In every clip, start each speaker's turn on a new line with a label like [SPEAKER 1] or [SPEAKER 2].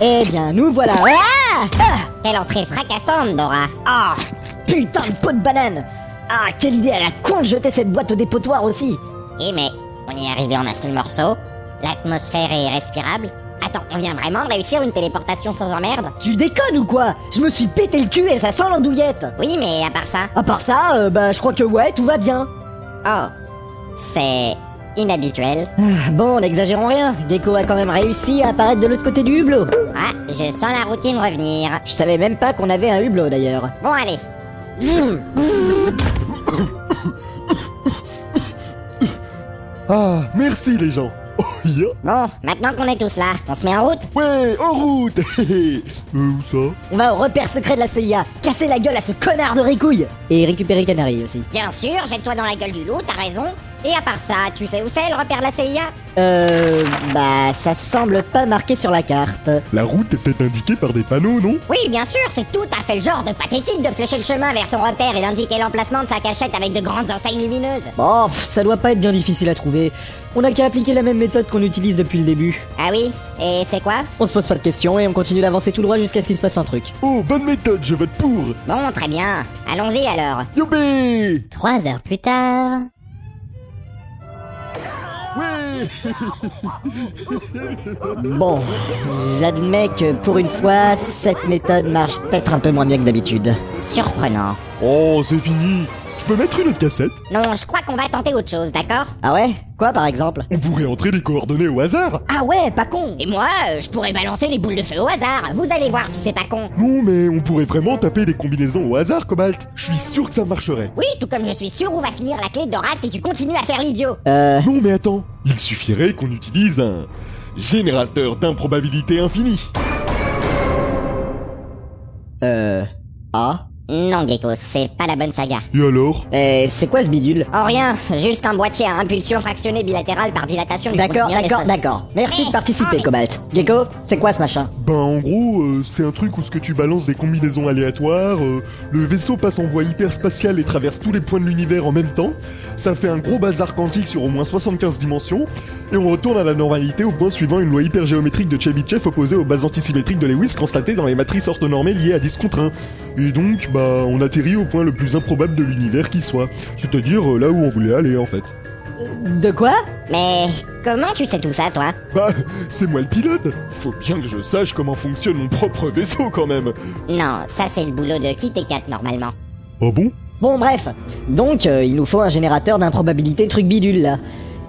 [SPEAKER 1] Eh bien, nous voilà. Ah Ah
[SPEAKER 2] Quelle entrée fracassante, Dora
[SPEAKER 1] Ah Putain de pot de banane Ah, quelle idée à la con de jeter cette boîte au dépotoir aussi
[SPEAKER 2] Eh mais, on y est arrivé en un seul morceau, l'atmosphère est respirable. Attends, on vient vraiment de réussir une téléportation sans emmerde
[SPEAKER 1] Tu déconnes ou quoi Je me suis pété le cul et ça sent l'andouillette
[SPEAKER 2] Oui, mais à part ça...
[SPEAKER 1] À part ça, euh, bah je crois que ouais, tout va bien.
[SPEAKER 2] Oh, c'est inhabituel.
[SPEAKER 1] Ah, Bon, n'exagérons rien, Gecko a quand même réussi à apparaître de l'autre côté du hublot.
[SPEAKER 2] Ah, je sens la routine revenir.
[SPEAKER 1] Je savais même pas qu'on avait un hublot d'ailleurs.
[SPEAKER 2] Bon, allez.
[SPEAKER 3] Ah, merci les gens. Oh, ya.
[SPEAKER 2] Bon, maintenant qu'on est tous là, on se met en route
[SPEAKER 3] Ouais, en route hé, hé. Euh, Où ça
[SPEAKER 1] On va au repère secret de la CIA, casser la gueule à ce connard de Ricouille Et récupérer Canary aussi.
[SPEAKER 2] Bien sûr, jette-toi dans la gueule du loup, t'as raison. Et à part ça, tu sais où c'est le repère de la CIA
[SPEAKER 1] Euh... Bah ça semble pas marqué sur la carte.
[SPEAKER 3] La route est peut-être indiquée par des panneaux, non
[SPEAKER 2] Oui, bien sûr, c'est tout à fait le genre de pathétique de flécher le chemin vers son repère et d'indiquer l'emplacement de sa cachette avec de grandes enseignes lumineuses.
[SPEAKER 1] Bon, Oh, pff, ça doit pas être bien difficile à trouver. On a qu'à appliquer la même méthode qu'on utilise depuis le début.
[SPEAKER 2] Ah oui Et c'est quoi
[SPEAKER 1] On se pose pas de questions et on continue d'avancer tout droit jusqu'à ce qu'il se passe un truc.
[SPEAKER 3] Oh, bonne méthode, je vote pour
[SPEAKER 2] Bon, très bien. Allons-y alors.
[SPEAKER 3] Yobé
[SPEAKER 2] Trois heures plus tard.
[SPEAKER 3] Ouais
[SPEAKER 1] Bon, j'admets que pour une fois, cette méthode marche peut-être un peu moins bien que d'habitude.
[SPEAKER 2] Surprenant.
[SPEAKER 3] Oh, c'est fini Je peux mettre une autre cassette
[SPEAKER 2] Non, je crois qu'on va tenter autre chose, d'accord
[SPEAKER 1] Ah ouais Quoi par exemple
[SPEAKER 3] On pourrait entrer les coordonnées au hasard
[SPEAKER 1] Ah ouais, pas con
[SPEAKER 2] Et moi, euh, je pourrais balancer les boules de feu au hasard. Vous allez voir si c'est pas con.
[SPEAKER 3] Non, mais on pourrait vraiment taper des combinaisons au hasard, Cobalt Je suis sûr que ça marcherait
[SPEAKER 2] Oui, tout comme je suis sûr où va finir la clé de Dora si tu continues à faire l'idiot.
[SPEAKER 1] Euh...
[SPEAKER 3] Non, mais attends Il suffirait qu'on utilise un... Générateur d'improbabilité infinie
[SPEAKER 1] Euh... Ah
[SPEAKER 2] Non, Gecko, c'est pas la bonne saga.
[SPEAKER 3] Et alors
[SPEAKER 1] Euh, c'est quoi ce bidule
[SPEAKER 2] Oh rien, juste un boîtier à impulsion fractionnée bilatérale par dilatation du
[SPEAKER 1] D'accord,
[SPEAKER 2] continuum
[SPEAKER 1] d'accord,
[SPEAKER 2] espace-
[SPEAKER 1] d'accord. Merci de
[SPEAKER 2] Eh,
[SPEAKER 1] participer,
[SPEAKER 2] ah,
[SPEAKER 1] Cobalt. Gecko, c'est quoi ce machin
[SPEAKER 3] Ben en gros, euh, c'est un truc où ce que tu balances des combinaisons aléatoires, euh, le vaisseau passe en voie hyperspatiale et traverse tous les points de l'univers en même temps, ça fait un gros bazar quantique sur au moins 75 dimensions, et on retourne à la normalité au point suivant une loi hypergéométrique de Chebyshev opposée aux bases antisymétriques de Lewis constatées dans les matrices orthonormées liées à 10 contre 1. Et donc, bah, on atterrit au point le plus improbable de l'univers qui soit, c'est-à-dire euh, là où on voulait aller en fait.
[SPEAKER 1] De quoi
[SPEAKER 2] Mais comment tu sais tout ça, toi
[SPEAKER 3] Bah, c'est moi le pilote Faut bien que je sache comment fonctionne mon propre vaisseau quand même
[SPEAKER 2] Non, ça c'est le boulot de Kit et Kat normalement.
[SPEAKER 3] Oh bon
[SPEAKER 1] Bon bref, donc euh, il nous faut un générateur d'improbabilité truc bidule là.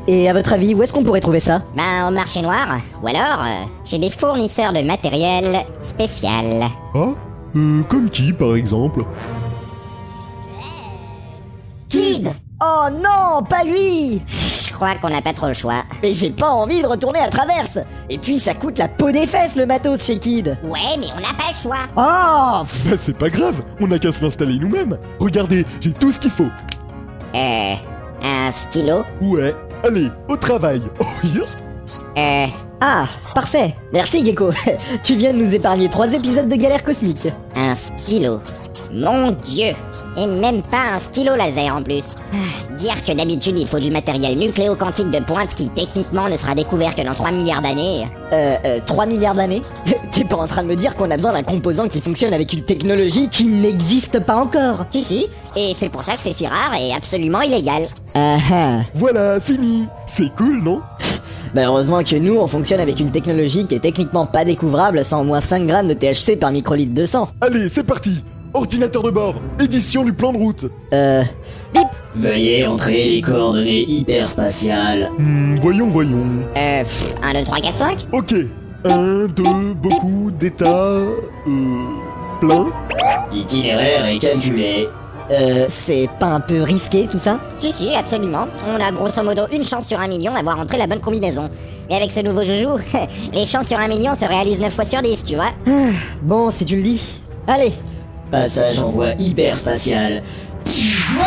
[SPEAKER 1] Et à votre avis, où est-ce qu'on pourrait trouver ça
[SPEAKER 2] Ben au marché noir, ou alors euh, chez des fournisseurs de matériel spécial.
[SPEAKER 3] Ah euh, Comme qui, par exemple
[SPEAKER 1] Kid Oh non, pas lui
[SPEAKER 2] Je crois qu'on n'a pas trop le choix.
[SPEAKER 1] Mais j'ai pas envie de retourner à traverse Et puis ça coûte la peau des fesses le matos chez Kid
[SPEAKER 2] Ouais, mais on n'a pas le choix.
[SPEAKER 1] Oh pff,
[SPEAKER 3] Bah c'est pas grave, on a qu'à se l'installer nous-mêmes. Regardez, j'ai tout ce qu'il faut.
[SPEAKER 2] Euh, un stylo
[SPEAKER 3] Ouais, allez, au travail. Oh yes.
[SPEAKER 2] Euh,
[SPEAKER 1] Ah, parfait Merci Gecko Tu viens de nous épargner trois épisodes de galère cosmique
[SPEAKER 2] un stylo. Mon dieu Et même pas un stylo laser en plus. Ah, Dire que d'habitude il faut du matériel nucléo-quantique de pointe qui techniquement ne sera découvert que dans 3 milliards d'années.
[SPEAKER 1] Euh, euh 3 milliards d'années T'es pas en train de me dire qu'on a besoin d'un composant qui fonctionne avec une technologie qui n'existe pas encore
[SPEAKER 2] Si si, et c'est pour ça que c'est si rare et absolument illégal.
[SPEAKER 1] Ah ah
[SPEAKER 3] Voilà, fini. C'est cool, non
[SPEAKER 1] Bah heureusement que nous, on fonctionne avec une technologie qui est techniquement pas découvrable sans au moins 5 grammes de THC par microlitre de sang.
[SPEAKER 3] Allez, c'est parti. Ordinateur de bord, édition du plan de route.
[SPEAKER 1] Euh...
[SPEAKER 4] Veuillez entrer les coordonnées hyperspatiales.
[SPEAKER 3] Hmm, voyons, voyons.
[SPEAKER 2] Euh, pff, 1, 2, 3, 4, 5
[SPEAKER 3] Ok. Un, deux, beaucoup, d'état, euh, plein.
[SPEAKER 4] Itinéraire est calculé.
[SPEAKER 1] Euh... C'est pas un peu risqué tout ça
[SPEAKER 2] Si, si, absolument. On a grosso modo une chance sur un million d'avoir entré la bonne combinaison. Mais avec ce nouveau joujou, les chances sur un million se réalisent 9 fois sur 10, tu vois.
[SPEAKER 1] Bon, si tu le dis. Allez
[SPEAKER 4] Passage en voie hyperspatiale.
[SPEAKER 1] Ah.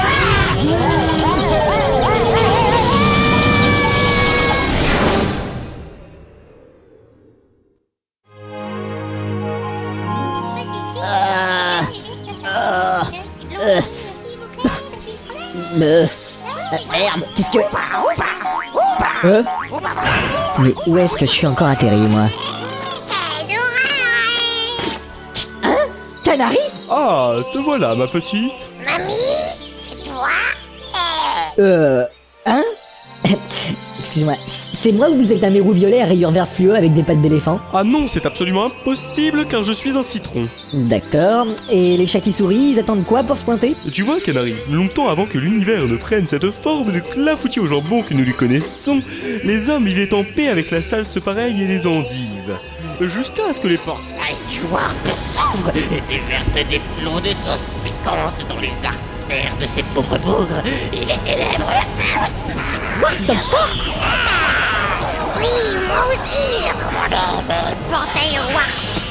[SPEAKER 1] Ah. Euh... Merde, Ah. qu'est-ce que...
[SPEAKER 4] Hein
[SPEAKER 1] Euh Mais où est-ce que je suis encore atterri, moi
[SPEAKER 5] Adorable
[SPEAKER 1] Canari
[SPEAKER 3] Ah, te voilà, ma petite.
[SPEAKER 5] Mamie, c'est toi
[SPEAKER 1] Euh. Hein Excusez-moi, c'est moi ou vous êtes un mérou violet à rayures vert fluo avec des pattes d'éléphant
[SPEAKER 6] Ah non, c'est absolument impossible car je suis un citron.
[SPEAKER 1] D'accord. Et les chats qui sourient, ils attendent quoi pour se pointer
[SPEAKER 6] Tu vois, Canary, longtemps avant que l'univers ne prenne cette forme de clafoutis au jambon que nous lui connaissons, les hommes vivaient en paix avec la salse pareille et les endives. Jusqu'à ce que les porcs
[SPEAKER 5] La joueur de s'ouvre et déverse des flots de sauce piquante dans les artères de ces pauvres bougres. Il est tes lèvres Oui, moi aussi, je commandais le portail au roi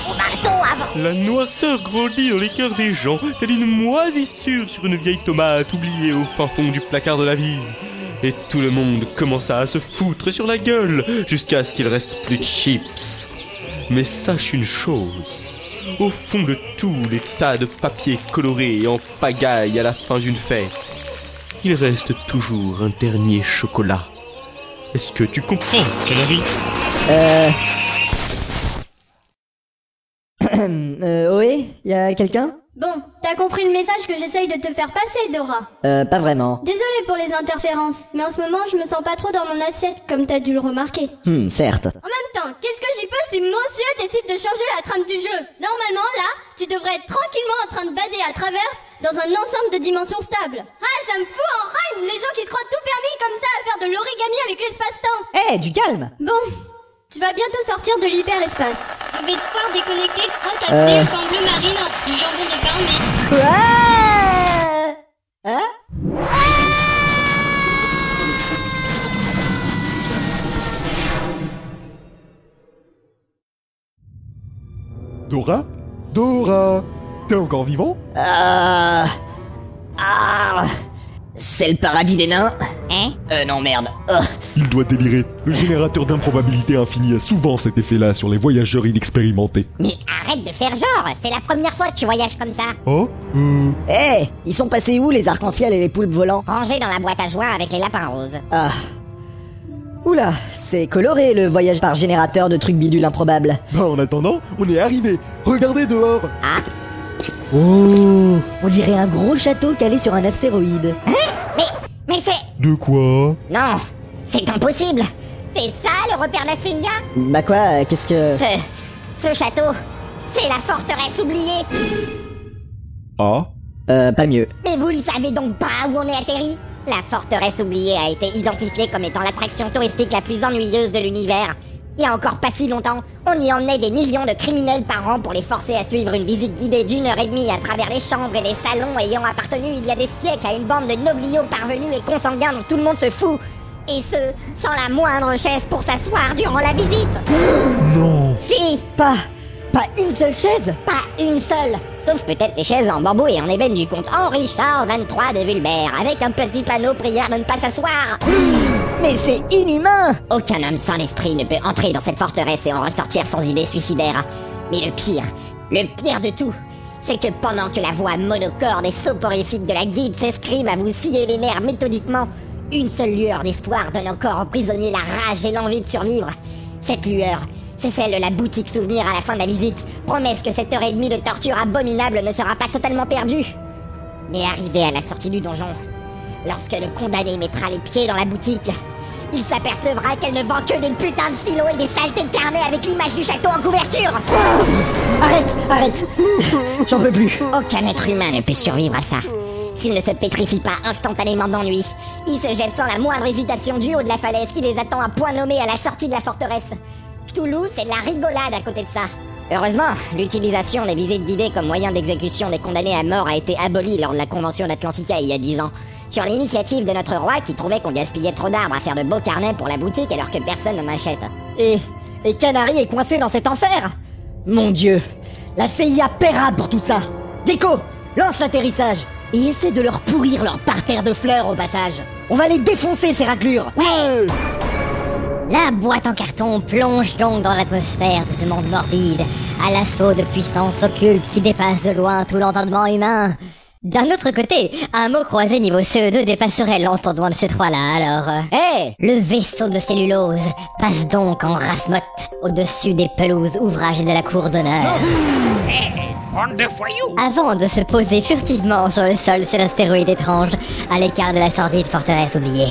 [SPEAKER 5] au marteau avant.
[SPEAKER 6] La noirceur grandit dans les cœurs des gens, telle une moisissure sur une vieille tomate oubliée au fin fond du placard de la ville. Et tout le monde commença à se foutre sur la gueule, jusqu'à ce qu'il reste plus de chips. Mais sache une chose, au fond de tous les tas de papiers colorés et en pagaille à la fin d'une fête, il reste toujours un dernier chocolat. Est-ce que tu comprends, Canary
[SPEAKER 1] Euh. euh, oui Y a quelqu'un
[SPEAKER 7] Bon, t'as compris le message que j'essaye de te faire passer, Dora.
[SPEAKER 1] Euh, pas vraiment.
[SPEAKER 7] Désolée pour les interférences, mais en ce moment, je me sens pas trop dans mon assiette, comme t'as dû le remarquer.
[SPEAKER 1] Hmm, certes.
[SPEAKER 7] En même temps, qu'est-ce que j'y peux si monsieur décide de changer la trame du jeu Normalement, là, tu devrais être tranquillement en train de bader à traverse dans un ensemble de dimensions stables. Ah, ça me fout en râle les gens qui se croient tout permis comme ça à faire de l'origami avec l'espace-temps
[SPEAKER 1] Eh, du calme
[SPEAKER 7] Bon, tu vas bientôt sortir de l'hyperespace. Je vais devoir déconnecter grâce à
[SPEAKER 1] Euh.
[SPEAKER 7] camp bleu marine du jambon de Barnet.
[SPEAKER 1] Ah Hein
[SPEAKER 3] Dora Dora T'es encore vivant
[SPEAKER 1] Ah. Ah. C'est le paradis des nains
[SPEAKER 2] Hein
[SPEAKER 1] Euh, non, merde. Oh.
[SPEAKER 3] Il doit délirer. Le générateur d'improbabilité infinie a souvent cet effet-là sur les voyageurs inexpérimentés.
[SPEAKER 2] Mais arrête de faire genre, c'est la première fois que tu voyages comme ça.
[SPEAKER 3] Oh Euh...
[SPEAKER 1] Eh, ils sont passés où les arcs-en-ciel et les poulpes volants
[SPEAKER 2] Rangé dans la boîte à joie avec les lapins roses.
[SPEAKER 1] Ah. Oula, c'est coloré le voyage par générateur de trucs bidules improbables.
[SPEAKER 3] Bah en attendant, on est arrivé Regardez dehors
[SPEAKER 1] Oh On dirait un gros château calé sur un astéroïde.
[SPEAKER 2] Mais, mais c'est...
[SPEAKER 3] De quoi
[SPEAKER 2] Non, c'est impossible C'est ça le repère de la CIA
[SPEAKER 1] Bah quoi, euh, qu'est-ce que...
[SPEAKER 2] Ce... ce château, c'est la forteresse oubliée
[SPEAKER 3] Ah
[SPEAKER 1] Euh, pas mieux.
[SPEAKER 2] Mais vous ne savez donc pas où on est atterri La forteresse oubliée a été identifiée comme étant l'attraction touristique la plus ennuyeuse de l'univers. Il y a encore pas si longtemps, on y emmenait des millions de criminels par an pour les forcer à suivre une visite guidée d'une heure et demie à travers les chambres et les salons ayant appartenu il y a des siècles à une bande de nobliaux parvenus et consanguins dont tout le monde se fout. Et ce, sans la moindre chaise pour s'asseoir durant la visite.
[SPEAKER 3] Non
[SPEAKER 2] Si,
[SPEAKER 1] Pas... Pas une seule chaise
[SPEAKER 2] pas une seule, sauf peut-être les chaises en bambou et en ébène du comte Henri Charles 23 de Vulbert, avec un petit panneau prière de ne pas s'asseoir.
[SPEAKER 1] Mais c'est inhumain
[SPEAKER 2] Aucun homme sans esprit ne peut entrer dans cette forteresse et en ressortir sans idée suicidaire. Mais le pire, le pire de tout, c'est que pendant que la voix monocorde et soporifique de la guide s'escrime à vous scier les nerfs méthodiquement, une seule lueur d'espoir donne encore aux prisonniers la rage et l'envie de survivre. Cette lueur, c'est celle de la boutique souvenir à la fin de la visite, promesse que cette heure et demie de torture abominable ne sera pas totalement perdue. Mais arrivé à la sortie du donjon, lorsque le condamné mettra les pieds dans la boutique, il s'apercevra qu'elle ne vend que des putains de stylos et des saletés de carnets avec l'image du château en couverture
[SPEAKER 1] Arrête, arrête J'en peux plus
[SPEAKER 2] Aucun être humain ne peut survivre à ça. S'il ne se pétrifie pas instantanément d'ennui, il se jette sans la moindre hésitation du haut de la falaise qui les attend à point nommé à la sortie de la forteresse. Cthulhu, c'est de la rigolade à côté de ça. Heureusement, l'utilisation des visites guidées comme moyen d'exécution des condamnés à mort a été abolie lors de la Convention d'Atlantica il y a 10 ans, sur l'initiative de notre roi qui trouvait qu'on gaspillait trop d'arbres à faire de beaux carnets pour la boutique alors que personne n'en achète.
[SPEAKER 1] Et... Et Canary est coincé dans cet enfer Mon dieu La CIA paiera pour tout ça Gecko Lance l'atterrissage Et essaie de leur pourrir leur parterre de fleurs au passage On va les défoncer ces raclures
[SPEAKER 5] Ouais
[SPEAKER 8] La boîte en carton plonge donc dans l'atmosphère de ce monde morbide, à l'assaut de puissances occultes qui dépassent de loin tout l'entendement humain. D'un autre côté, un mot croisé niveau CE2 dépasserait l'entendement de ces trois-là, alors... euh,
[SPEAKER 2] Eh
[SPEAKER 8] Le vaisseau de cellulose passe donc en rasmote au-dessus des pelouses ouvrages de la cour d'honneur.
[SPEAKER 5] Eh, Bande de foyous
[SPEAKER 8] Avant de se poser furtivement sur le sol, c'est l'astéroïde étrange, à l'écart de la sordide forteresse oubliée.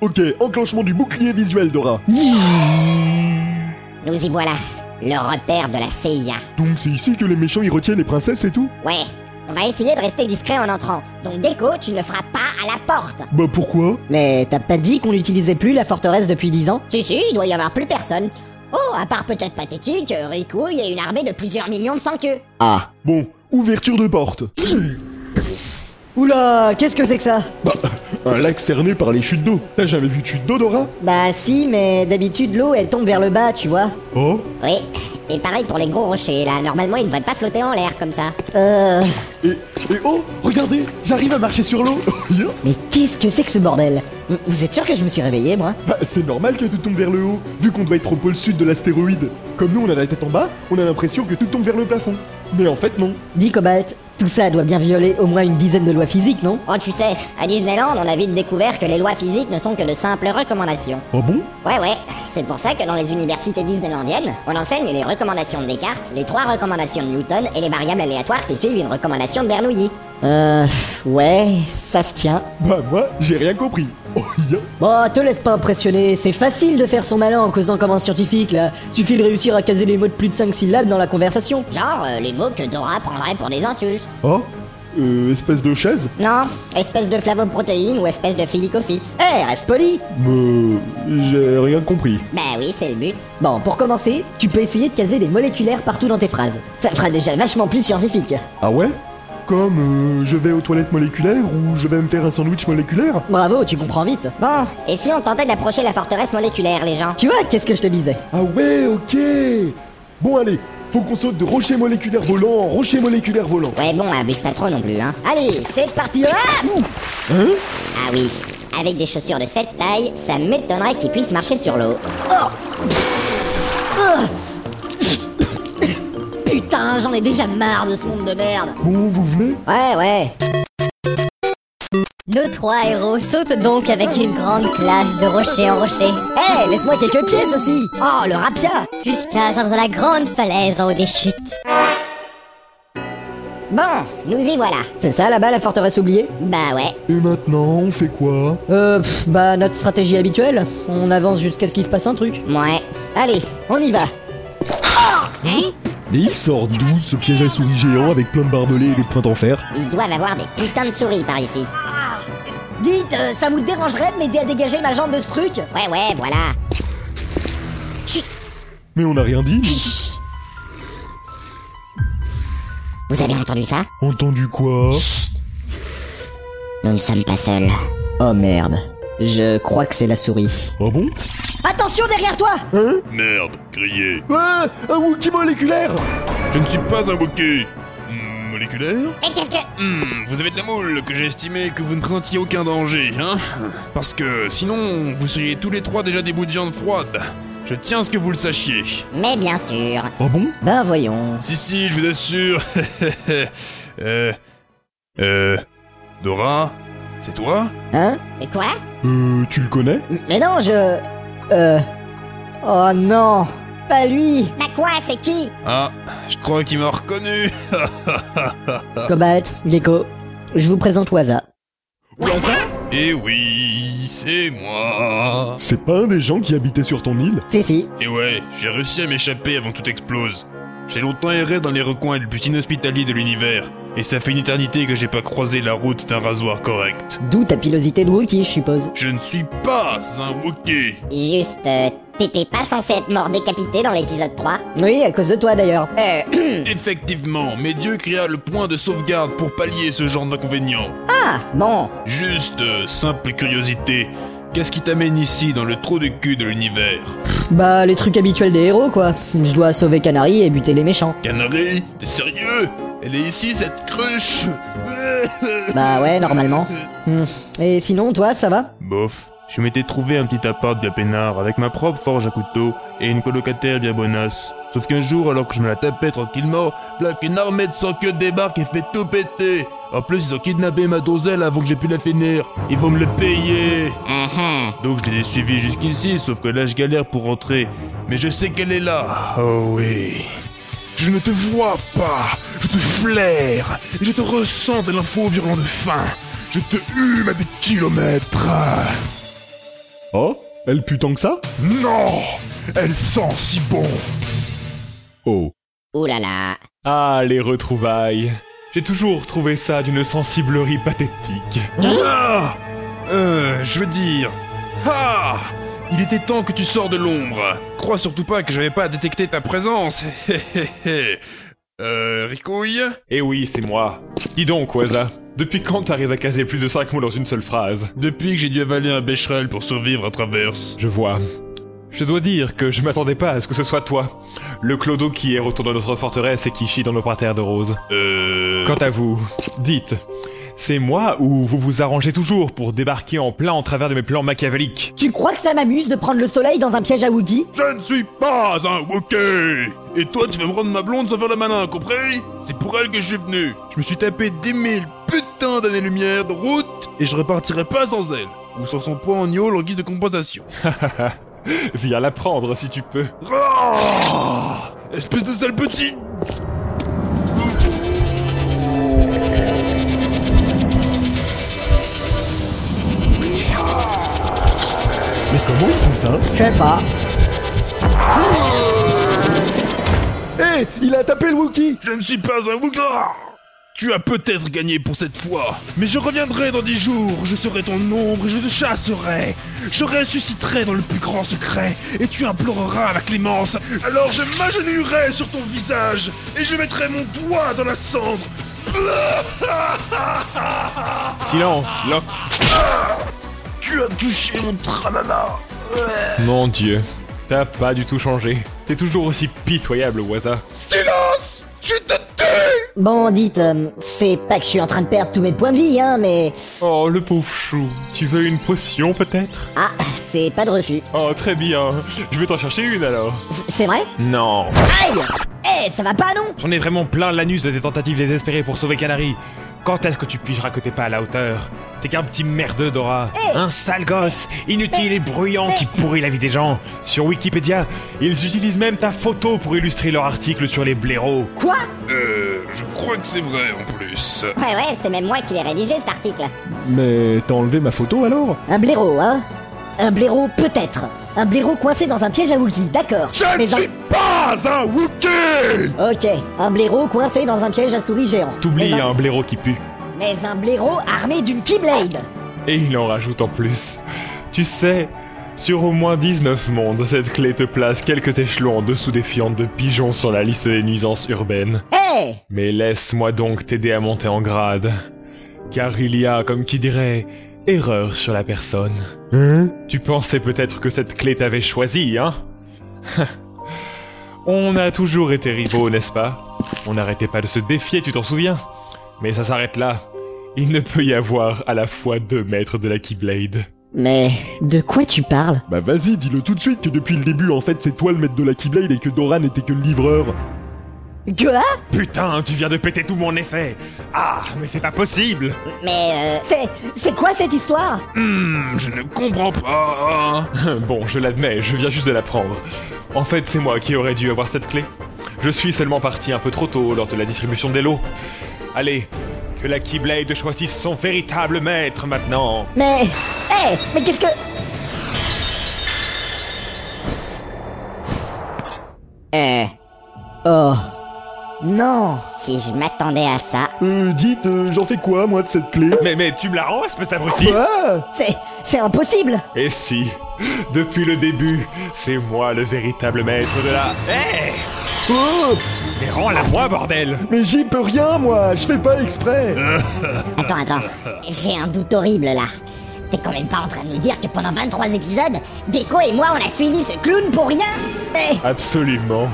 [SPEAKER 3] Ok, enclenchement du bouclier visuel, Dora.
[SPEAKER 2] Nous y voilà, le repère de la CIA.
[SPEAKER 3] Donc c'est ici que les méchants y retiennent les princesses et tout
[SPEAKER 2] Ouais, on va essayer de rester discret en entrant. Donc Déco, tu ne feras pas à la porte.
[SPEAKER 3] Bah pourquoi
[SPEAKER 1] Mais Eh, t'as pas dit qu'on n'utilisait plus la forteresse depuis 10 ans
[SPEAKER 2] Si, si, il doit y avoir plus personne. Oh, à part peut-être pathétique, euh, Ricouille et une armée de plusieurs millions de sans queues.
[SPEAKER 1] Ah.
[SPEAKER 3] Bon, ouverture de porte.
[SPEAKER 1] Oula, qu'est-ce que c'est que ça
[SPEAKER 3] Bah, un lac cerné par les chutes d'eau. T'as jamais vu de chute d'eau, Dora
[SPEAKER 1] Bah si, mais d'habitude l'eau elle tombe vers le bas, tu vois.
[SPEAKER 3] Oh
[SPEAKER 2] Oui, et pareil pour les gros rochers, là. Normalement, ils ne devraient pas flotter en l'air comme ça.
[SPEAKER 1] Euh...
[SPEAKER 3] Et, et oh Regardez J'arrive à marcher sur l'eau Yo.
[SPEAKER 1] Mais qu'est-ce que c'est que ce bordel vous, vous êtes sûr que je me suis réveillé, moi
[SPEAKER 3] Bah, c'est normal que tout tombe vers le haut, vu qu'on doit être au pôle sud de l'astéroïde. Comme nous, on a la tête en bas, on a l'impression que tout tombe vers le plafond. Mais en fait, non.
[SPEAKER 1] Dis Cobalt, tout ça doit bien violer au moins une dizaine de lois physiques, non
[SPEAKER 2] Oh, tu sais, à Disneyland, on a vite découvert que les lois physiques ne sont que de simples recommandations.
[SPEAKER 3] Oh bon
[SPEAKER 2] Ouais, ouais, c'est pour ça que dans les universités disneylandiennes, on enseigne les recommandations de Descartes, les trois recommandations de Newton et les variables aléatoires qui suivent une recommandation de Bernoulli.
[SPEAKER 1] Euh... Ouais, ça se tient.
[SPEAKER 3] Bah, moi, j'ai rien compris. Oh, yo.
[SPEAKER 1] Bon, te laisse pas impressionner, c'est facile de faire son malin en causant comme un scientifique, là. Suffit de réussir à caser les mots de plus de 5 syllabes dans la conversation.
[SPEAKER 2] Genre euh, les mots que Dora prendrait pour des insultes.
[SPEAKER 3] Oh Euh, espèce de chaise
[SPEAKER 2] Non, espèce de flavoprotéine ou espèce de filicophyte.
[SPEAKER 1] Eh, reste poli
[SPEAKER 3] Me... J'ai rien compris.
[SPEAKER 2] Bah oui, c'est le but.
[SPEAKER 1] Bon, pour commencer, tu peux essayer de caser des moléculaires partout dans tes phrases. Ça fera déjà vachement plus scientifique.
[SPEAKER 3] Ah ouais Comme euh, je vais aux toilettes moléculaires ou je vais me faire un sandwich moléculaire
[SPEAKER 1] Bravo, tu comprends vite.
[SPEAKER 2] Bon, et si on tentait d'approcher la forteresse moléculaire, les gens
[SPEAKER 1] Tu vois, qu'est-ce que je te disais
[SPEAKER 3] Ah ouais, ok Bon allez, faut qu'on saute de rocher moléculaire volant en rocher moléculaire volant.
[SPEAKER 2] Ouais, bon, abuse pas trop non plus, hein. Allez, c'est parti Ah, ouh
[SPEAKER 3] Hein
[SPEAKER 2] Ah oui, avec des chaussures de cette taille, ça m'étonnerait qu'ils puissent marcher sur l'eau.
[SPEAKER 1] Putain, j'en ai déjà marre de ce monde de merde
[SPEAKER 3] Bon, vous venez
[SPEAKER 2] Ouais, ouais.
[SPEAKER 8] Nos trois héros sautent donc avec une grande classe de rocher en rocher,
[SPEAKER 1] Eh, laisse-moi quelques pièces aussi Oh, le rapia
[SPEAKER 8] jusqu'à atteindre la grande falaise en haut des chutes.
[SPEAKER 2] Bon, nous y voilà.
[SPEAKER 1] C'est ça là-bas la forteresse oubliée
[SPEAKER 2] Bah ouais.
[SPEAKER 3] Et maintenant, on fait quoi
[SPEAKER 1] Euh, pff, bah notre stratégie habituelle. On avance jusqu'à ce qu'il se passe un truc.
[SPEAKER 2] Ouais.
[SPEAKER 1] Allez, on y va
[SPEAKER 3] Mais il sort d'où ce piège à souris géant avec plein de barbelés et des points d'enfer
[SPEAKER 2] Ils doivent avoir des putains de souris par ici.
[SPEAKER 1] Dites, euh, ça vous dérangerait de m'aider à dégager ma jambe de ce truc
[SPEAKER 2] Ouais, ouais, voilà.
[SPEAKER 3] Mais on n'a rien dit
[SPEAKER 2] Vous avez entendu ça
[SPEAKER 3] Entendu quoi
[SPEAKER 2] Nous ne sommes pas seuls.
[SPEAKER 1] Oh merde. Je crois que c'est la souris.
[SPEAKER 3] Ah bon
[SPEAKER 1] Attention derrière toi
[SPEAKER 3] Hein
[SPEAKER 9] Merde, crier.
[SPEAKER 3] Ah Un Wookie moléculaire
[SPEAKER 9] Je ne suis pas un bokeh. Hmm, Moléculaire
[SPEAKER 2] Mais qu'est-ce que...
[SPEAKER 9] Hmm, Vous avez de la moule que j'ai estimé que vous ne présentiez aucun danger, hein Parce que sinon, vous seriez tous les trois déjà des bouts de viande froide. Je tiens à ce que vous le sachiez.
[SPEAKER 2] Mais bien sûr.
[SPEAKER 3] Ah bon
[SPEAKER 1] Ben voyons.
[SPEAKER 9] Si, si, je vous assure. euh. Euh. Dora C'est toi
[SPEAKER 1] Hein
[SPEAKER 2] Mais quoi
[SPEAKER 3] Euh, tu le connais
[SPEAKER 1] Mais non, je... Euh... Oh non Pas lui
[SPEAKER 2] Bah quoi, c'est qui
[SPEAKER 9] Ah, je crois qu'il m'a reconnu.
[SPEAKER 1] Cobalt, Gecko, je vous présente Waza.
[SPEAKER 9] Eh oui, c'est moi.
[SPEAKER 3] C'est pas un des gens qui habitaient sur ton île
[SPEAKER 1] Si, si.
[SPEAKER 9] Et Eh ouais, j'ai réussi à m'échapper avant que tout explose. J'ai longtemps erré dans les recoins les plus inhospitaliers de l'univers, et ça fait une éternité que j'ai pas croisé la route d'un rasoir correct.
[SPEAKER 1] D'où ta pilosité de Wookie, je suppose.
[SPEAKER 9] Je ne suis pas un Wookiee
[SPEAKER 2] Juste, euh, t'étais pas censé être mort décapité dans l'épisode 3
[SPEAKER 1] Oui, à cause de toi d'ailleurs. Eh,
[SPEAKER 9] Effectivement, mais Dieu créa le point de sauvegarde pour pallier ce genre d'inconvénient.
[SPEAKER 1] ah, bon.
[SPEAKER 9] Juste, euh, simple curiosité, qu'est-ce qui t'amène ici dans le trou de cul de l'univers
[SPEAKER 1] Bah, les trucs habituels des héros, quoi. Je dois sauver Canary et buter les méchants.
[SPEAKER 9] Canary T'es sérieux Elle est ici cette cruche
[SPEAKER 1] Bah ouais, normalement. Hmm. Et sinon, toi, ça va
[SPEAKER 9] Bof, je m'étais trouvé un petit appart bien peinard avec ma propre forge à couteau et une colocataire bien bonasse. Sauf qu'un jour, alors que je me la tapais tranquillement, là qu'une armée de sans queue débarque et fait tout péter. En plus, ils ont kidnappé ma donzelle avant que j'ai pu la finir. Ils vont me le payer. Donc je les ai suivis jusqu'ici, sauf que là je galère pour rentrer. Mais je sais qu'elle est là. Oh oui. Je ne te vois pas, je te flaire, et je te ressens de l'info virulent de faim. Je te hume à des kilomètres.
[SPEAKER 3] Oh Elle pue tant que ça
[SPEAKER 9] Non Elle sent si bon
[SPEAKER 3] Oh.
[SPEAKER 2] Ouh là là.
[SPEAKER 6] Ah, les retrouvailles. J'ai toujours trouvé ça d'une sensiblerie pathétique.
[SPEAKER 9] Ah Euh, je veux dire. Ah Il était temps que tu sors de l'ombre. Crois surtout pas que j'avais pas à détecter ta présence. Hé, hé, hé. euh, Ricouille
[SPEAKER 6] Eh oui, c'est moi. Dis donc, Waza. Depuis quand t'arrives à caser plus de 5 mots dans une seule phrase
[SPEAKER 9] Depuis que j'ai dû avaler un bécherel pour survivre à travers.
[SPEAKER 6] Je vois. Je dois dire que je m'attendais pas à ce que ce soit toi, le clodo qui est retour dans notre forteresse et qui chie dans nos parterres de roses.
[SPEAKER 9] Euh...
[SPEAKER 6] Quant à vous, dites, c'est moi ou vous vous arrangez toujours pour débarquer en plein en travers de mes plans machiavéliques
[SPEAKER 1] Tu crois que ça m'amuse de prendre le soleil dans un piège à Woody
[SPEAKER 9] Je ne suis pas un Wookiee Et toi, tu vas me rendre ma blonde sans faire le malin, compris C'est pour elle que je suis venu. Je me suis tapé 10 000 putains d'années-lumière de route et je repartirai pas sans elle. Ou sans son poids en iol en guise de compensation.
[SPEAKER 6] Viens la prendre si tu peux.
[SPEAKER 9] Ah Espèce de sale petit
[SPEAKER 3] Mais comment ils font ça
[SPEAKER 1] Je sais pas.
[SPEAKER 3] Hé Eh, Il a tapé le Wookie
[SPEAKER 9] Je ne suis pas un Wookiee Tu as peut-être gagné pour cette fois, mais je reviendrai dans dix jours, je serai ton ombre et je te chasserai. Je ressusciterai dans le plus grand secret et tu imploreras la clémence. Alors je m'agenouillerai sur ton visage et je mettrai mon doigt dans la cendre.
[SPEAKER 6] Silence, Locke.
[SPEAKER 9] Tu as touché mon tramama.
[SPEAKER 6] Mon dieu, t'as pas du tout changé. T'es toujours aussi pitoyable, Waza.
[SPEAKER 9] Silence Je te tue
[SPEAKER 1] Bon, dites, euh, c'est pas que je suis en train de perdre tous mes points de vie, hein, mais...
[SPEAKER 6] Oh, le pauvre chou. Tu veux une potion, peut-être
[SPEAKER 1] Ah, c'est pas de refus.
[SPEAKER 6] Oh, très bien. Je vais t'en chercher une, alors.
[SPEAKER 1] C- C'est vrai
[SPEAKER 6] Non.
[SPEAKER 1] Aïe Eh, ça va pas, non
[SPEAKER 6] J'en ai vraiment plein l'anus de tes tentatives désespérées pour sauver Canary. Quand est-ce que tu pigeras que t'es pas à la hauteur T'es qu'un petit merdeux, Dora. Un sale gosse, inutile et bruyant qui pourrit la vie des gens. Sur Wikipédia, ils utilisent même ta photo pour illustrer leur article sur les blaireaux.
[SPEAKER 1] Quoi
[SPEAKER 9] Euh, je crois que c'est vrai en plus.
[SPEAKER 2] Ouais, ouais, c'est même moi qui l'ai rédigé cet article.
[SPEAKER 3] Mais t'as enlevé ma photo alors
[SPEAKER 1] Un blaireau, hein Un blaireau, peut-être. Un blaireau coincé dans un piège à Wookie, d'accord.
[SPEAKER 9] Je ne
[SPEAKER 1] Mais un-
[SPEAKER 9] suis pas un Wookiee
[SPEAKER 1] Ok, un blaireau coincé dans un piège à souris géant.
[SPEAKER 6] T'oublies
[SPEAKER 1] Mais un-
[SPEAKER 9] hein.
[SPEAKER 6] un blaireau qui pue.
[SPEAKER 1] Mais un blaireau armé d'une Keyblade
[SPEAKER 6] Et il en rajoute en plus. Tu sais, sur au moins 19 mondes, cette clé te place quelques échelons en dessous des fientes de pigeons sur la liste des nuisances urbaines.
[SPEAKER 1] Hé
[SPEAKER 6] Mais laisse-moi donc t'aider à monter en grade. Car il y a, comme qui dirait, erreur sur la personne.
[SPEAKER 3] Hein
[SPEAKER 6] Tu pensais peut-être que cette clé t'avait choisi, hein On a toujours été rivaux, n'est-ce pas On n'arrêtait pas de se défier, tu t'en souviens Mais ça s'arrête là. Il ne peut y avoir à la fois deux maîtres de la Keyblade.
[SPEAKER 1] Mais de quoi tu parles
[SPEAKER 3] Bah vas-y, dis-le tout de suite que depuis le début, en fait, c'est toi le maître de la Keyblade et que Dora n'était que le livreur.
[SPEAKER 1] Quoi
[SPEAKER 6] Putain, tu viens de péter tout mon effet Ah, mais c'est pas possible
[SPEAKER 2] Mais euh,
[SPEAKER 1] C'est c'est quoi cette histoire
[SPEAKER 9] Hmm, je ne comprends pas.
[SPEAKER 6] Bon, je l'admets, je viens juste de l'apprendre. En fait, c'est moi qui aurais dû avoir cette clé. Je suis seulement parti un peu trop tôt lors de la distribution des lots. Allez, que la Keyblade choisisse son véritable maître maintenant
[SPEAKER 1] Mais... Hé Mais qu'est-ce que...
[SPEAKER 2] euh,
[SPEAKER 1] Oh... Non
[SPEAKER 2] si je m'attendais à ça,
[SPEAKER 3] Euh, dites, euh, j'en fais quoi, moi, de cette clé
[SPEAKER 6] Mais mais tu me la rends, espèce d'abruti
[SPEAKER 3] Quoi
[SPEAKER 1] C'est... c'est impossible
[SPEAKER 6] Et si Depuis le début, c'est moi le véritable maître de la... Eh
[SPEAKER 3] Oh
[SPEAKER 6] Mais rends-la moi, bordel
[SPEAKER 3] Mais j'y peux rien, moi Je fais pas exprès
[SPEAKER 2] attends, attends, j'ai un doute horrible là. T'es quand même pas en train de nous dire que pendant 23 épisodes, Gecko et moi on a suivi ce clown pour rien
[SPEAKER 1] Mais...
[SPEAKER 6] Absolument.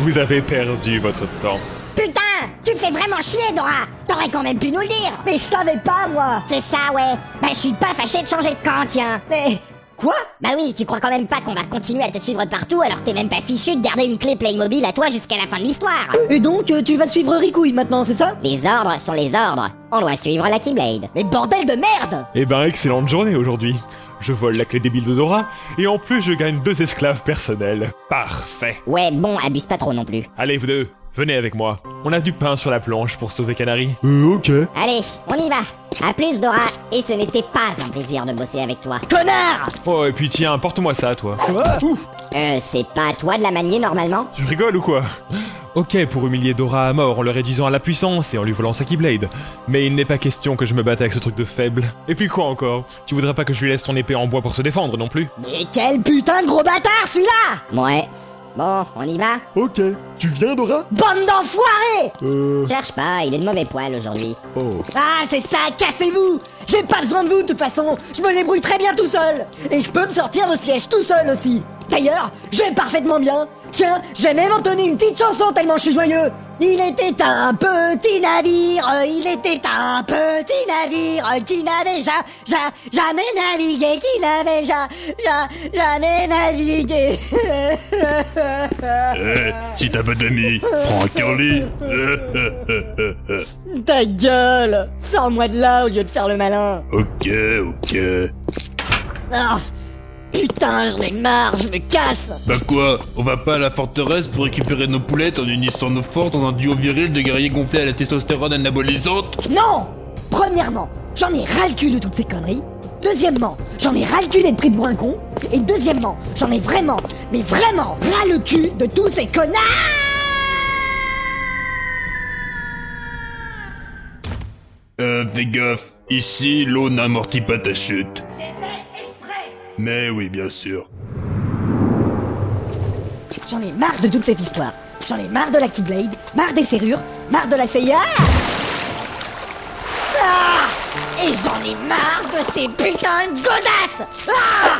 [SPEAKER 6] Vous avez perdu votre temps.
[SPEAKER 2] Putain, tu fais vraiment chier Dora T'aurais quand même pu nous le dire
[SPEAKER 1] Mais je savais pas, moi
[SPEAKER 2] C'est ça ouais, bah je suis pas fâché de changer de camp tiens
[SPEAKER 1] Mais... Quoi
[SPEAKER 2] Bah oui, tu crois quand même pas qu'on va continuer à te suivre partout alors t'es même pas fichu de garder une clé Playmobil à toi jusqu'à la fin de l'histoire
[SPEAKER 1] Et donc, euh, tu vas suivre Ricouille maintenant, c'est ça
[SPEAKER 2] Les ordres sont les ordres. On doit suivre la Keyblade.
[SPEAKER 1] Mais bordel de merde
[SPEAKER 6] Eh ben, excellente journée aujourd'hui. Je vole la clé débile de Dora, et en plus je gagne deux esclaves personnels. Parfait.
[SPEAKER 2] Ouais, bon, abuse pas trop non plus.
[SPEAKER 6] Allez, vous deux, venez avec moi. On a du pain sur la planche pour sauver Canary.
[SPEAKER 3] Euh, ok.
[SPEAKER 2] Allez, on y va À plus Dora, et ce n'était pas un plaisir de bosser avec toi.
[SPEAKER 1] Connard
[SPEAKER 6] Oh, et puis tiens, porte-moi ça, toi.
[SPEAKER 2] Euh, c'est pas à toi de la manier normalement
[SPEAKER 6] Tu rigoles ou quoi Ok, pour humilier Dora à mort en le réduisant à la puissance et en lui volant sa Keyblade. Mais il n'est pas question que je me batte avec ce truc de faible. Et puis quoi encore Tu voudrais pas que je lui laisse ton épée en bois pour se défendre non plus
[SPEAKER 1] Mais quel putain de gros bâtard celui-là
[SPEAKER 2] Ouais. Bon, on y va
[SPEAKER 3] Ok. Tu viens, Dora
[SPEAKER 1] Bande d'enfoirés
[SPEAKER 3] Euh.
[SPEAKER 2] Cherche pas, il est de mauvais poil aujourd'hui.
[SPEAKER 3] Oh.
[SPEAKER 1] Ah, c'est ça, cassez-vous J'ai pas besoin de vous, de toute façon Je me débrouille très bien tout seul Et je peux me sortir de siège tout seul aussi D'ailleurs, j'ai parfaitement bien Tiens, j'ai même entonné une petite chanson tellement je suis joyeux Il était un petit navire, euh, il était un petit navire euh, Qui n'avait ja, ja- jamais navigué, qui n'avait ja, ja- jamais navigué
[SPEAKER 9] Eh, si t'as pas d'amis, prends un curly. Euh, euh, euh, euh, euh.
[SPEAKER 1] Ta gueule Sors-moi de là au lieu de faire le malin
[SPEAKER 9] Ok, ok.
[SPEAKER 1] Ah, Putain, j'en ai marre, je me casse
[SPEAKER 9] Bah quoi, on va pas à la forteresse pour récupérer nos poulettes en unissant nos forces dans un duo viril de guerriers gonflés à la testostérone anabolisante
[SPEAKER 1] Non Premièrement, j'en ai ras le cul de toutes ces conneries. Deuxièmement, j'en ai ras le cul d'être pris pour un con. Et deuxièmement, j'en ai vraiment, mais vraiment ras le cul de tous ces connards
[SPEAKER 9] Euh, fais gaffe, ici l'eau n'amortit pas ta chute. Mais oui, bien sûr.
[SPEAKER 1] J'en ai marre de toute cette histoire. J'en ai marre de la Keyblade, marre des serrures, marre de la CIA. Ah Et j'en ai marre de ces putains de godasses ah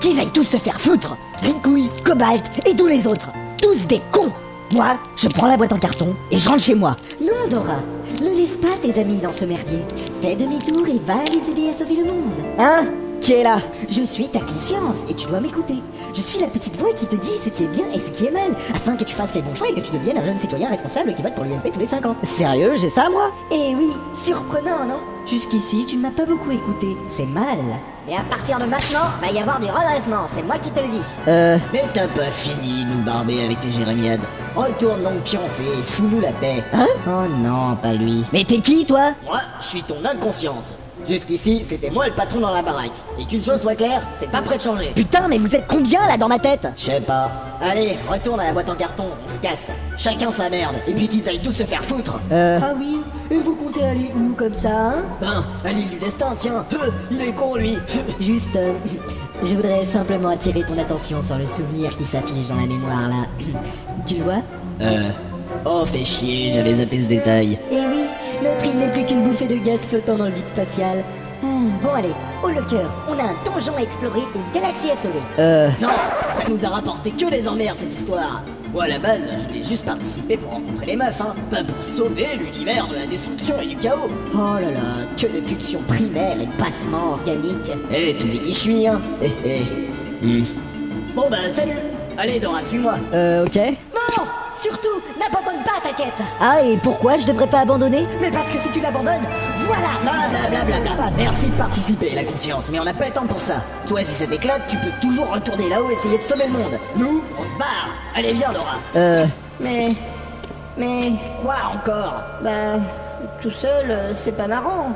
[SPEAKER 1] Qu'ils aillent tous se faire foutre Ricouille, Cobalt et tous les autres Tous des cons Moi, je prends la boîte en carton et je rentre chez moi.
[SPEAKER 2] Non, Dora, ne laisse pas tes amis dans ce merdier. Fais demi-tour et va les aider à sauver le monde.
[SPEAKER 1] Hein Qui est là
[SPEAKER 2] Je suis ta conscience et tu dois m'écouter. Je suis la petite voix qui te dit ce qui est bien et ce qui est mal, afin que tu fasses les bons choix et que tu deviennes un jeune citoyen responsable qui vote pour l'UMP tous les 5 ans.
[SPEAKER 1] Sérieux, j'ai ça moi
[SPEAKER 2] Eh oui, surprenant, non Jusqu'ici, tu ne m'as pas beaucoup écouté. C'est mal. Et à partir de maintenant, va y avoir du redressement, c'est moi qui te le dis.
[SPEAKER 1] Euh.
[SPEAKER 10] Mais t'as pas fini de nous barber avec tes jérémiades. Retourne donc pioncer et fous-nous la paix.
[SPEAKER 1] Hein
[SPEAKER 10] Oh non, pas lui.
[SPEAKER 1] Mais t'es qui toi
[SPEAKER 10] Moi, je suis ton inconscience. Jusqu'ici, c'était moi le patron dans la baraque. Et qu'une chose soit claire, c'est pas prêt de changer.
[SPEAKER 1] Putain, mais vous êtes combien là dans ma tête
[SPEAKER 10] Je sais pas. Allez, retourne à la boîte en carton, on se casse. Chacun sa merde, et puis qu'ils aillent tous se faire foutre.
[SPEAKER 1] Euh.
[SPEAKER 2] Ah oui Et vous comptez aller où comme ça, hein
[SPEAKER 10] Ben, la ligne du destin, tiens. Euh, Il est con, lui.
[SPEAKER 2] Juste, euh, je voudrais simplement attirer ton attention sur le souvenir qui s'affiche dans la mémoire là. Tu le vois
[SPEAKER 10] Euh. Oh, fais chier, j'avais zappé ce détail.
[SPEAKER 2] Eh oui, notre île n'est plus qu'une bouffée de gaz flottant dans le vide spatial. Ah, bon allez, au le cœur, on a un donjon à explorer et une galaxie à sauver.
[SPEAKER 1] Euh.
[SPEAKER 10] Non, ça nous a rapporté que des emmerdes cette histoire. Moi à la base, je l'ai juste participé pour rencontrer les meufs, hein. Pas pour sauver l'univers de la destruction et du chaos. Oh là là, que de pulsions primaires et
[SPEAKER 2] Passement organique.
[SPEAKER 10] Eh, tu dis qui je suis, hein Eh, eh. Hmm. Bon bah, salut Allez, Dora, suis-moi
[SPEAKER 1] Euh, ok.
[SPEAKER 2] Non Surtout, n'abandonne pas ta quête
[SPEAKER 1] Ah, et pourquoi je devrais pas abandonner
[SPEAKER 2] Mais parce que si tu l'abandonnes, voilà
[SPEAKER 10] Ah, blablabla Merci de participer, la conscience, mais on n'a pas le temps pour ça. Toi, si ça t'éclate, tu peux toujours retourner là-haut et essayer de sauver le monde. Nous, on se barre Allez, viens, Dora
[SPEAKER 1] Euh.
[SPEAKER 2] Mais. Mais.
[SPEAKER 10] Quoi encore
[SPEAKER 2] Bah. Tout seul, euh, c'est pas marrant.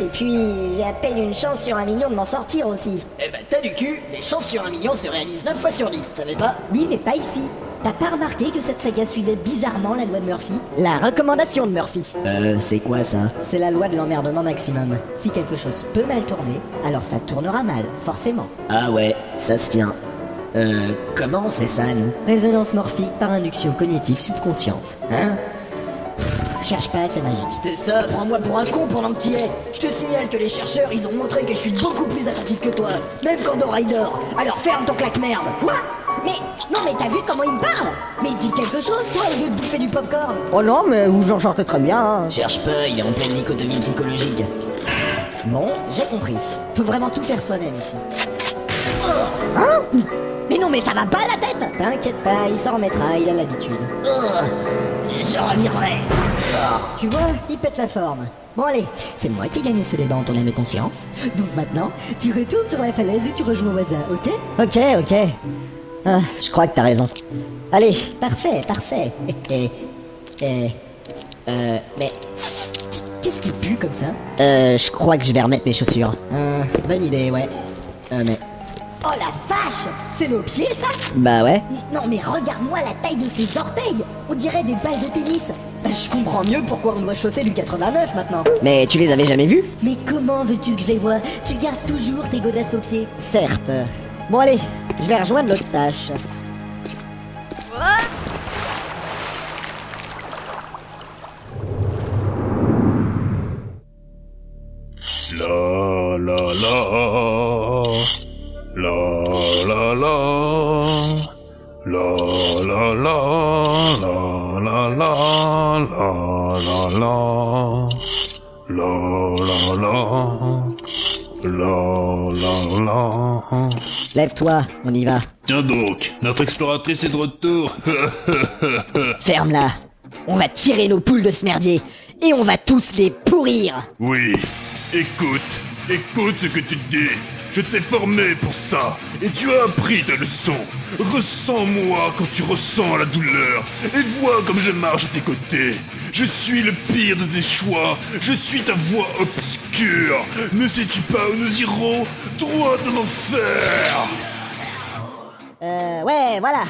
[SPEAKER 2] Et puis, j'ai à peine une chance sur un million de m'en sortir aussi.
[SPEAKER 10] Eh ben, t'as du cul, les chances sur un million se réalisent 9 fois sur 10, ça savais pas
[SPEAKER 2] Oui, mais pas ici. T'as pas remarqué que cette saga suivait bizarrement la loi de Murphy La recommandation de Murphy.
[SPEAKER 10] Euh, c'est quoi ça
[SPEAKER 2] C'est la loi de l'emmerdement maximum. Si quelque chose peut mal tourner, alors ça tournera mal, forcément.
[SPEAKER 10] Ah ouais, ça se tient. Euh, comment c'est ça, nous
[SPEAKER 2] Résonance morphique par induction cognitive subconsciente.
[SPEAKER 10] Hein
[SPEAKER 2] Cherche pas, c'est magique.
[SPEAKER 10] C'est ça, prends-moi pour un con pendant que tu y es Je te signale que les chercheurs, ils ont montré que je suis beaucoup plus attentif que toi, même quand Dora y dort Alors ferme ton claque-merde
[SPEAKER 2] Quoi Mais non, mais t'as vu comment il me parle Mais dis quelque chose, toi, au lieu de bouffer du popcorn.
[SPEAKER 1] Oh non, mais vous en sortez très bien, hein.
[SPEAKER 10] Cherche pas, il est en pleine dichotomie psychologique.
[SPEAKER 2] Bon, j'ai compris. Faut vraiment tout faire soi-même ici.
[SPEAKER 1] Hein Mais non, mais ça va pas la tête
[SPEAKER 4] T'inquiète pas, il s'en remettra, il a l'habitude.
[SPEAKER 10] Oh,
[SPEAKER 5] Je reviendrai.
[SPEAKER 4] Tu vois, il pète la forme. Bon allez, c'est moi qui ai gagné ce débat en ton âme et conscience. Donc maintenant, tu retournes sur la falaise et tu rejoins Waza, ok
[SPEAKER 1] Ok, ok. Ah, je crois que t'as raison. Allez,
[SPEAKER 4] Parfait, parfait. Eh, eh, euh, mais... Qu'est-ce qui pue comme ça
[SPEAKER 1] euh, je crois que je vais remettre mes chaussures.
[SPEAKER 4] Euh, bonne idée, ouais. Euh, mais...
[SPEAKER 1] Oh la vache C'est nos pieds, ça
[SPEAKER 4] Bah ouais.
[SPEAKER 1] Non mais regarde-moi la taille de ses orteils On dirait des balles de tennis Bah, Je comprends mieux pourquoi on doit chausser du 89 maintenant
[SPEAKER 4] Mais tu les avais jamais vus
[SPEAKER 1] Mais comment veux-tu que je les vois Tu gardes toujours tes godasses aux pieds Certes Bon allez, je vais rejoindre l'autre tâche.
[SPEAKER 9] La la la. La la la. La la la. La la la. La la la. La la la. La la la.
[SPEAKER 1] Lève-toi, on y va.
[SPEAKER 9] Tiens donc, notre exploratrice est de retour.
[SPEAKER 1] Ferme-la On va tirer nos poules de ce merdier Et on va tous les pourrir
[SPEAKER 9] Oui, écoute, écoute ce que tu dis. Je t'ai formé pour ça, et tu as appris ta leçon. Ressens-moi quand tu ressens la douleur, et vois comme je marche à tes côtés. Je suis le pire de tes choix, je suis ta voix obscure. Ne sais-tu pas où nous irons Droit dans l'enfer
[SPEAKER 1] Euh, ouais, voilà